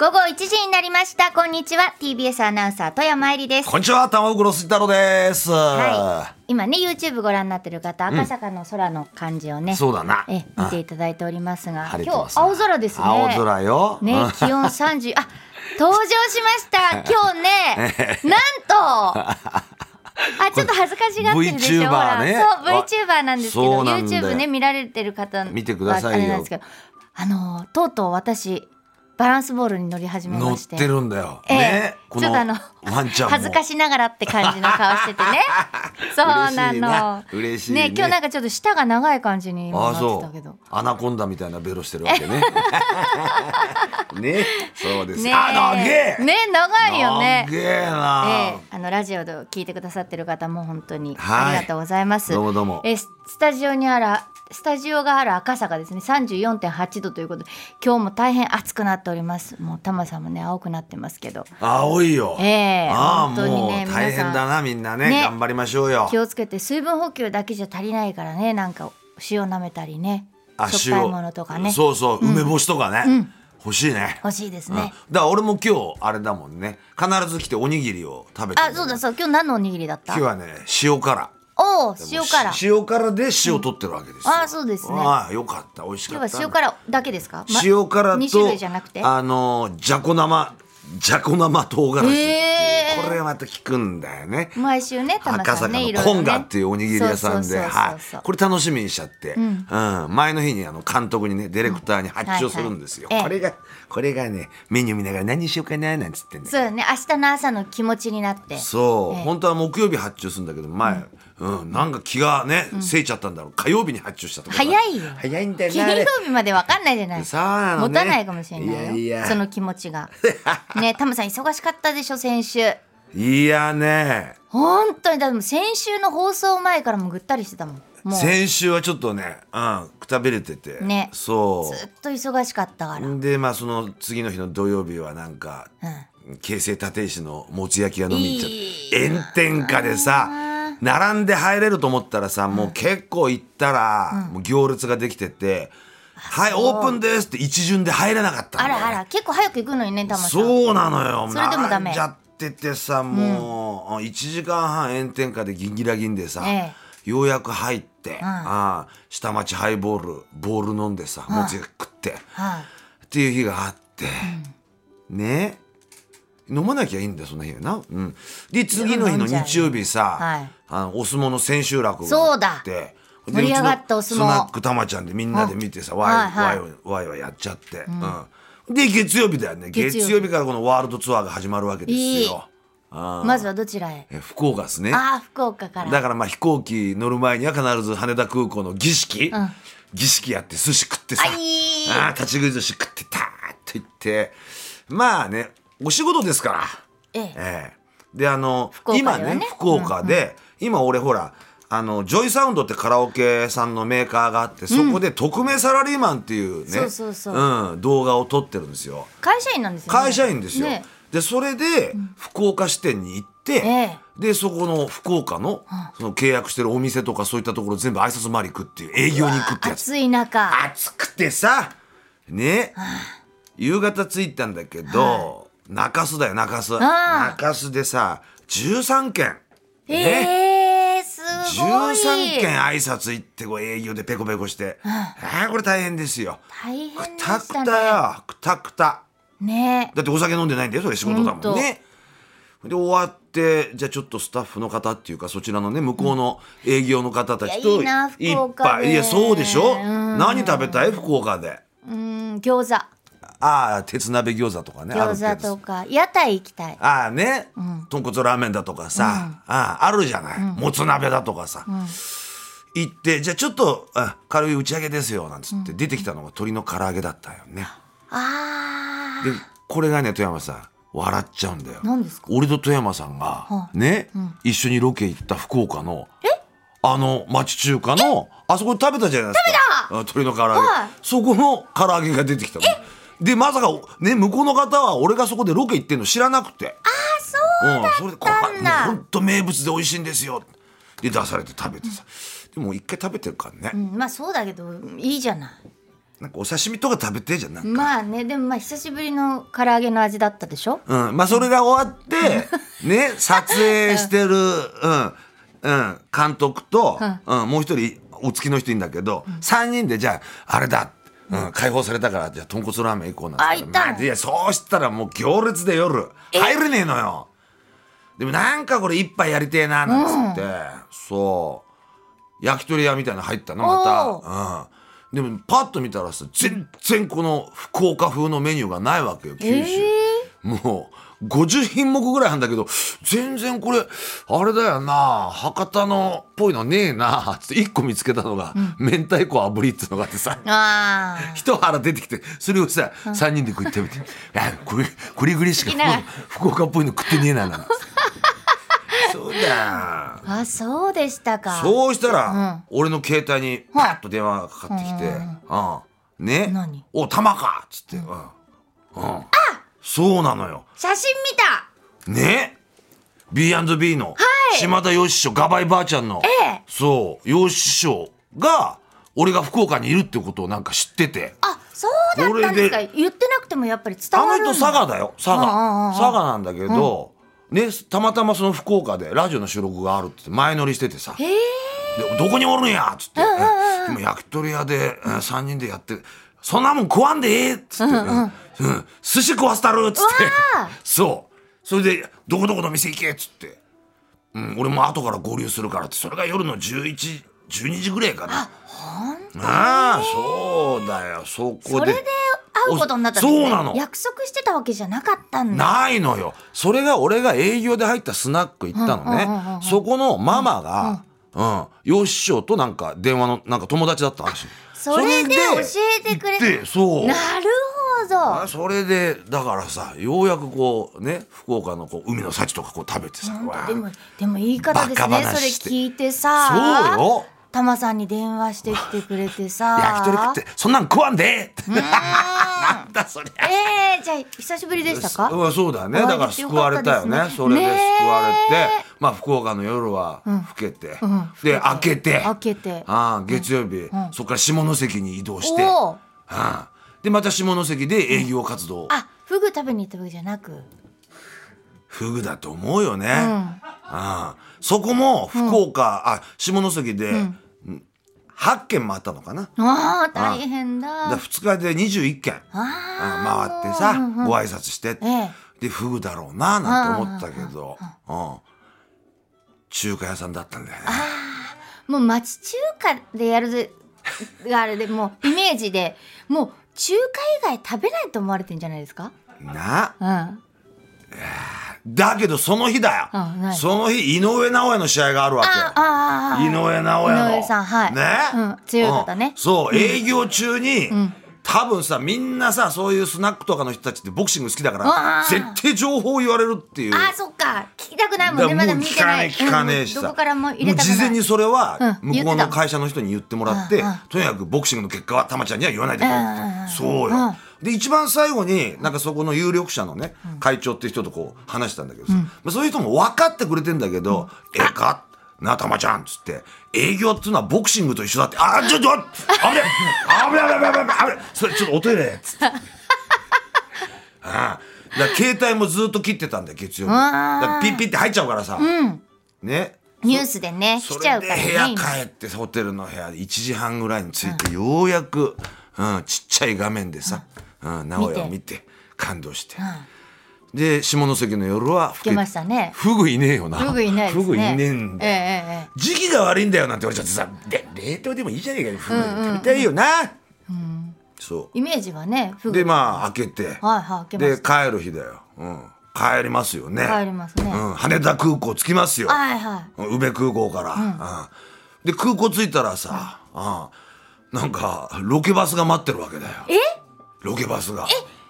午後1時になりました。こんにちは。TBS アナウンサー、富山えりです。こんにちは、玉袋すい太郎です。はい。今ね、YouTube ご覧になってる方、赤坂の空の感じをね、そうだな。え見ていただいておりますが、晴れて今ま日すね青空ですね。青空よ。ねうん、気温30、あ、登場しま した。今日ね、なんと、あ、ちょっと恥ずかしがってるでしょ。 VTuber ほらねあそう、VTuber なんですけど、そうなんだよ YouTube ね、見られてる方は見てくださあいよれなんですけど、あの、とうとう私、バランスボールに乗り始めま乗っして。てるんだよ。ええね。こちょっとあのワンちゃんも。恥ずかしながらって感じの顔してて ねそうなの嬉しいな嬉しいね今日なんかちょっと舌が長い感じに今ああ、なってたそけどう。アナコンダみたいなベロしてるわけ ね。ね。そうです。ねえあ、長え。ねえ長いよね長ええなえ。あのラジオで聞いてくださってる方も本当にはあいりがとうございます、どうもどうもえススタジオにあるスタジオがある赤坂ですね34.8度ということで今日も大変暑くなっておりますもうタマさんもね青くなってますけど青いよ。ええああ、本当にねも皆うさん大変だな、みんなねね。頑張りましょうよ気。をつけて水分補給だけじゃ足りないからねなんか塩舐めたりねしょっぱいものとかねそうそう、梅干しとかね。欲しいね。欲しいですうんだねか、ら俺も今日あれだもんね必ず来ておにぎりを食べてるあそうだそう今日何のおにぎりだった今日はね塩辛おお塩辛し塩辛で塩取ってるわけですよ、うんあそうですねああよかった美味しか今っ日たは塩辛だけですか、ま塩辛と二種類じゃなくてあのーじゃこ生じゃこ生唐辛子っていう、へーこれはまた効くんだよね毎週ね玉赤さ坂んねいろのいろねコンガっていうおにぎり屋さんそうそで、うそうそうはい、これ楽しみにしちゃって、うん前の日にあの監督にねディレクターに発注するんですよ、はいはいこれがこれがねメニュー見ながら何にしようかななんつってねそうよね明日の朝の気持ちになってそう、ええ本当は木曜日発注するんだけど前、うんなんか気がね、せいちゃったんだろう火曜日に発注したとか早いよ早いんだよ金なあ曜れ日までわかんないじゃないそうなのね持たないかもしれないよいやいやその気持ち がねタマさん忙しかったでしょ先週いやね本当にだってもう先週の放送前からもぐったりしてたもんもうず先週はちょっとね、うん、くたびれてて、ねそっと忙しかったから、うでまあその次の日の土曜日はなんか、京成立石のもつ焼き屋飲みに行っちゃって炎天下でさ並んで入れると思ったらさ、もう結構行ったら、もう行列ができてて「はいオープンです」って一巡で入れなかったんあだよ、ね、らあら結構早く行くのにねタマさんそうなのよそれでもダメ並んじゃっててさもう、一1時間半炎天下でギンギラギンでさ、えようやく入って、ああ下町ハイボールボール飲んでさもつ焼き食って、はいっていう日があって、ね飲まなきゃいいんだよそんな日はな、うん、で次の日の日曜日さ、はいあのお相撲の千秋楽そうだで盛り上がったお相撲うちのスナックたまちゃんでみんなで見てさ、ワイはワいイはワイワイやっちゃって、うんで月曜日だよね月月曜日曜日からこのワールドツアーが始まるわけですよ、いいあーまずはどちらへえ福岡ですねああ福岡からだからまあ飛行機乗る前には必ず羽田空港の儀式、儀式やって寿司食ってさあいいあー立ち食い寿司食ってたーって言ってまあねお仕事ですから、ええええであの福岡今だよねね福岡で、今俺ほらあのジョイサウンドってカラオケさんのメーカーがあってそこで「匿名サラリーマン」っていうね、そうそうそうん動画を撮ってるんですよ会社員なんですよ、ね、会社員ですよ、ねでそれで福岡支店に行って、えでそこの福岡のその契約してるお店とかそういったところ全部挨拶回り行くっていう営業に行くってやつ暑い中暑くてさね夕方着いたんだけど中洲だよ中洲あ中洲でさ13件ねえー、すごい13件挨拶行ってこう営業でペコペコしてあーこれ大変ですよ大く変でたしくたたねよくたくたねだってお酒飲んでないんだよそれ仕事だほもんんとねで終わってじゃあちょっとスタッフの方っていうかそちらのね向こうの営業の方たちいやいといな福一岡ね杯いやそうでしょうん何食べたい福岡でうーん餃子ああ鉄鍋餃子とかねあるけど餃子とか屋台行きたいああね、豚骨ラーメンだとかさ、あああるじゃない、もつ鍋だとかさ、行ってじゃあちょっとあ軽い打ち上げですよなんつって出てきたのが鶏の唐揚げだったよね、あでこれがね富山さん笑っちゃうんだよ何ですか俺と富山さんが、ね、一緒にロケ行った福岡のあの町中華のあそこで食べたじゃないですか食べた鶏の唐揚げ、はいそこの唐揚げが出てきたのでまさかね向こうの方は俺がそこでロケ行ってんの知らなくてああそうだったんだほんと名物で美味しいんですよで出されて食べてさでも一回食べてるからね、ーうんまあそうだけどいいじゃないなんかお刺身とか食べてじゃんなんかまあねでもまあ久しぶりの唐揚げの味だったでしょうん、まあそれが終 わって、ね、撮影してる、うん、うん、監督と、うん、もう一人、お付きの人いるんだけど、三人でじゃあ、あれだ、うん、解放されたから、じゃあ豚骨ラーメン行こうなんあ行ったのマジでそうしたらもう行列で夜、入れねえのよ。でもなんかこれ一杯やりてえな、なんつって、そう、焼き鳥屋みたいなの入ったの、おまた。うんでもパッと見たらさ全然この福岡風のメニューがないわけよ九州、ええもう50品目ぐらいあるんだけど全然これあれだよな博多のっぽいのねえなつって1個見つけたのが、明太子炙りっていうのがあってさああ一腹出てきてそれをさ3人で食ってみて「いやこれこれぐらいしか好きな福岡っぽいの食ってねえな」 なんてそうだよあそうでしたかそうしたら、俺の携帯にパッと電話がかかってきて「ああね何お玉か」っつって「うん、うん、そうなのよ写真見たね B&B の島田洋師匠ガバイばあちゃんの、ええそう洋師匠が俺が福岡にいるってことをなんか知っててあそうだったんですこかれ言ってなくてもやっぱり伝あのわるんだ人佐賀だよ佐賀うんうんうん佐賀なんだけど、ねたまたまその福岡でラジオの収録があるって前乗りしててさええでどこにおるんやっつって、でも焼き鳥屋で、えー3人でやってそんなもん食わんでええっつって、うん寿司食わせたるっつってわあ そうそれでどこどこの店行けっつって、うん、俺も後から合流するからってそれが夜の1112時ぐらいかなああそうだよそこでそれで会うことになったんですおそうなの約束してたわけじゃなかったんだないのよそれが俺が営業で入ったスナック行ったのね、うんうんうんうんそこのママが、うん洋師匠となんか電話のなんか友達だったらしいそれで教えてくれ行ってそうなるほどあそれでだからさようやくこうね福岡のこう海の幸とかこう食べてさわあでもでも言い方ですバねカそれ話して聞いてさそうよタマさんに電話してきてくれてさ 焼き鳥食ってそんなん食わんでってなんだそりゃええじゃあ久しぶりでしたかうんそうだねお会いだからできてよ救かわったれでたすよねねそれで救わねれてえまあ福岡の夜は更けて、で明けて明けてああ月曜日、そこから下関に移動して、あおおあでまた下関で営業活動、あフグ食べに行ったわけじゃなくフグだと思うよね、ああそこも福岡、あ下関で、8軒もあったのかなああ大変だだ2日で21軒あああー回ってさ、ご挨拶して、えでフグだろうななんて思ったけど、うん、中華屋さんだったんだよねもう町中華でやるぜがあれでもうイメージでもう中華以外食べないと思われてんじゃないですかなうんだけどその日だあよ何その日井上尚弥の試合があるわけあああ井上尚弥の井上さんはいね、うん強い方ねうんそう営業中に、多分さみんなさそういうスナックとかの人たちってボクシング好きだかわらあ絶対情報を言われるっていうあーそっか聞きたくないもんだかねまらもだう見聞てかなねえい聞かねえうんしどさこからも入れたくもなうい事前にそれはうん向こう言ってのた会社の人に言ってもらってうんうんとにかくボクシングの結果はたまちゃんには言わないでくれうんうんうっんてそううんよで一番最後になんかそこの有力者のね会長っていう人とこう話したんだけどさまあそういう人も分かってくれてんだけど「ええか?」なあたまちゃんっつって営業っていうのはボクシングと一緒だって「あちょちょ危ねえ危ねえ危ねえ危ねえ危ねえそれちょっとおトイレ」っつって。ああだから携帯もずっと切ってたんだよ月曜日だわあからピッピって入っちゃうからさ、ねニュースでねそ来れちゃうでからね部屋帰ってホテルの部屋1時半ぐらいに着いてようやく、うん、ちっちゃい画面でさ、うん、名古屋を見て感動して、で下関の夜はふ聞けましたねフグいねえよなフグいないですねフグいねえんだえよえええ時期が悪いんだよなんて言われちゃってさで冷凍でもいいじゃねえかよフグ食べたいよな、そイメージはねフうグでまあ開けて、はいはい開けまでし帰る日だよ、うん、帰りますよねた帰りますね、うん、羽田空港着きますよはいはい宇部空港から、うんで空港着いたらさ、うんなんかロケバスが待ってるわけだよえロケバスが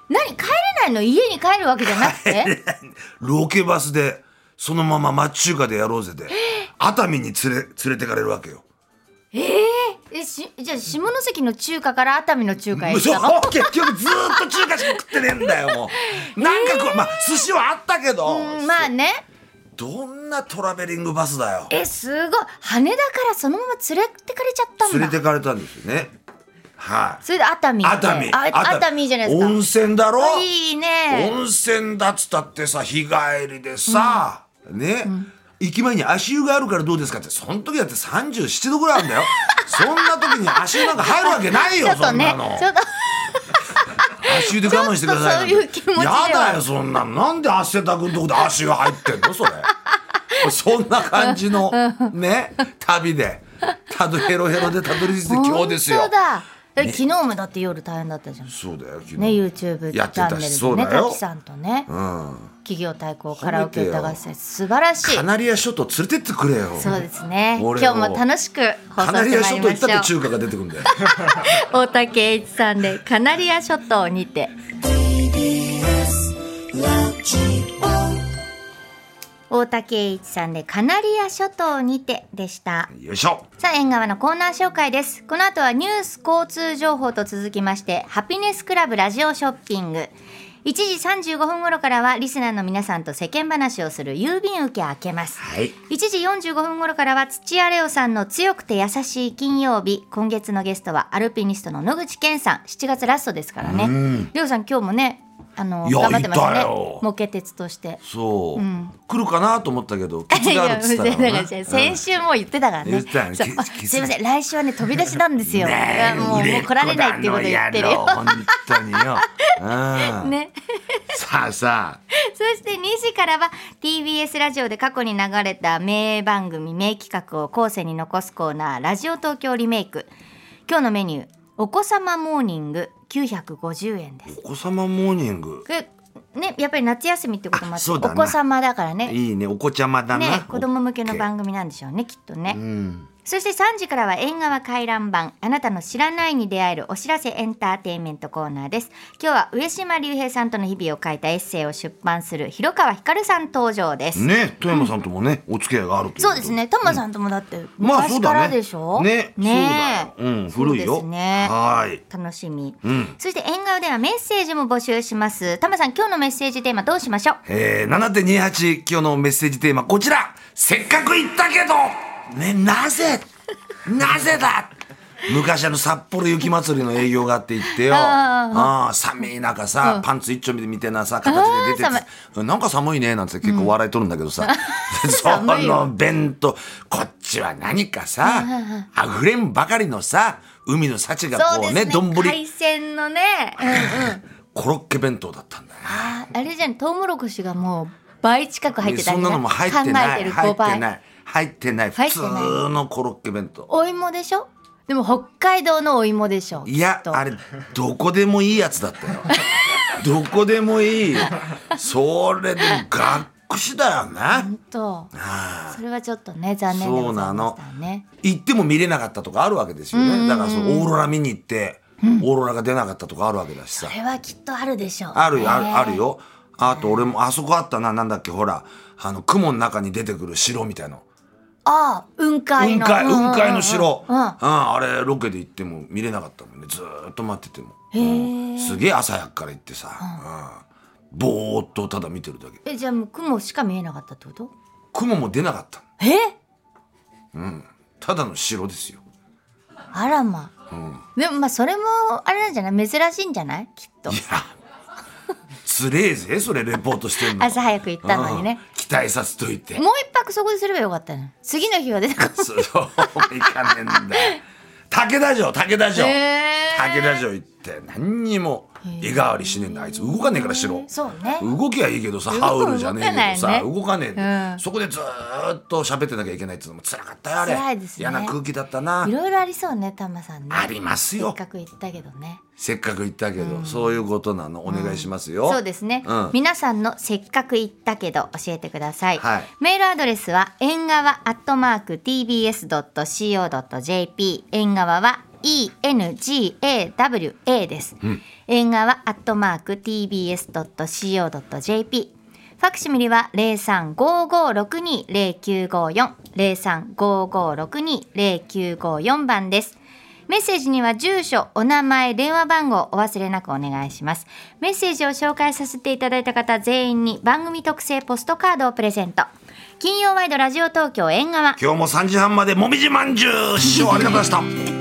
何帰れないの家に帰るわけじゃなくて ロケバスでそのまま町中華でやろうぜで熱海に連れ連れてかれるわけよえしじゃあ下関の中華から熱海の中華へ行っそたのう結局ずーっと中華しか食ってねえん だよもうなんかこう、まあ寿司はあったけど、うんまあねどんなトラベリングバスだよえすごい羽田からそのまま連れてかれちゃったんだ連れてかれたんですよね。はいそれで熱海って熱海あ熱海いいじゃないですか温泉だろいいね温泉だっつったってさ日帰りでさ、ね、行き前に足湯があるからどうですかってその時だって37度ぐらいあるんだよ そんな時に足湯なんか入るわけないよちょっとそんなねのちょっと足湯で我慢してくださいなんてちょっとそういう気持ちではやだよそんなのなんで汗だくんとこで足湯入ってんの それそんな感じのね旅でたどヘロヘロでたどり着いて今日ですよ本当だえ昨日もだって夜大変だったじゃんねそうだよ昨日 YouTube チやってャンたネしルそでねうだよ滝さんとねうん企業対抗カラオケ歌合戦素晴らしいカナリア諸島連れてってくれよそうですね今俺日も楽しく放カ送ナしてまいリア諸り島ま行ったってしょう中華が出てくるんだよ大竹栄一さんでカナリア諸島にて大竹栄一さんでカナリア諸島にてでした よいしょさあ縁側のコーナー紹介ですこの後はニュース交通情報と続きましてハピネスクラブラジオショッピング1時35分頃からはリスナーの皆さんと世間話をする郵便受け開けます、はい1時45分頃からは土屋レオさんの強くて優しい金曜日今月のゲストはアルピニストの野口健さん7月ラストですからねレオさん今日もねあのいや頑張ってましたいねたよモケ鉄としてそう、来るかなと思ったけどケツがあるっつったか いやらだからね先週も言ってたからね。言ってたよそうきあきすいません、来週はね、飛び出しなんですよ。いやもう、もう来られないっていうこと言ってるよ。本当に よ、うんね。さあさあそして2時からは TBS ラジオで過去に流れた名番組名企画を後世に残すコーナー「ラジオ東京リメイク」今日のメニュー「お子様モーニング950円」です。お子様モーニングでね、やっぱり夏休みってこともああってそうだおな子様だからねいいねお子ちゃまだな、ね子供向けの番組なんでしょうねきっとね。うんそして3時からは縁側回覧版あなたの知らないに出会えるお知らせエンターテインメントコーナーです今日は上島竜兵さんとの日々を書いたエッセイを出版する広川ひかるさん登場です、ね富山さんともね、お付き合いがあるということそうですねタマさんともだってまあそ昔うかだらねでしょ、ねねそうだようん古いよそうですねはーい楽しみ、うんそして縁側ではメッセージも募集しますタマさん今日のメッセージテーマどうしましょうえー、7.28今日のメッセージテーマこちらせっかく行ったけどねなぜなぜだ昔あの札幌雪まつりの営業があって行ってよああ寒い中さ、パンツ一丁見てみたいなさ形で出あーててなんか寒いねなんつって結構笑い取るんだけどさ、そ 寒いよの弁当こっちは何かさあふれんばかりのさ海の幸がそうこでうすねね丼、海鮮のね、うんうん、コロッケ弁当だったんだよああれじゃんトウモロコシがもう倍近く入ってたそんなのも入って考なえている入5って倍ない入ってない入普って通ないのコロッケ弁当お芋でしょでも北海道のお芋でしょいやきっとあれどこでもいいやつだっ たよどこでもいいそれでもがっくしだよね本当ああそれはちょっとね残念でございましたね行っても見れなかったとかあるわけですよねだからそのオーロラ見に行ってオーロラが出なかったとかあるわけだしさそれはきっとあるでしょうあるよあるねあるよあと俺もあそこあったななんだっけほらあの雲の中に出てくる城みたいのああ雲海の雲海うんうんうん雲海の城、うんうんあれロケで行っても見れなかったもんねずーっと待ってても、へえすげえ朝早くから行ってさ、うんぼーっとただ見てるだけえじゃあもう雲しか見えなかったってこと雲も出なかったえただの城ですよあらまでもまあそれもあれなんじゃない珍しいんじゃないきっといや つれえぜそれレポートしてんの朝早く行ったのにねうん期待させといてもう一泊そこですればよかったね次の日は出てこそういかねえんだよ武田城武田城、ないへえ武田城行って何にも絵代わりしねえんだあいつ動かねえから城そうね動きはいいけどさ動くハウルじゃねえけどさ動動かねえって、うんそこでずーっと喋ってなきゃいけないっていうのも辛かったよあれ辛いですね嫌な空気だったないろいろありそうねタマさんねありますせっよかく行ったけどねせっかく行ったけど、そういうことなのお願いしますよ、そうですね、うん皆さんのせっかく行ったけど教えてください、はいメールアドレスは縁側アットマーク tbs.co.jp 縁側は engawa です、縁側アットマーク tbs.co.jp ファクシミリは零三五五六二零九五四零三五五六二零九五四番です。メッセージには住所、お名前、電話番号をお忘れなくお願いします。メッセージを紹介させていただいた方全員に番組特製ポストカードをプレゼント。金曜ワイドラジオ東京縁側。今日も3時半までもみじまんじゅう師匠ありがとうございました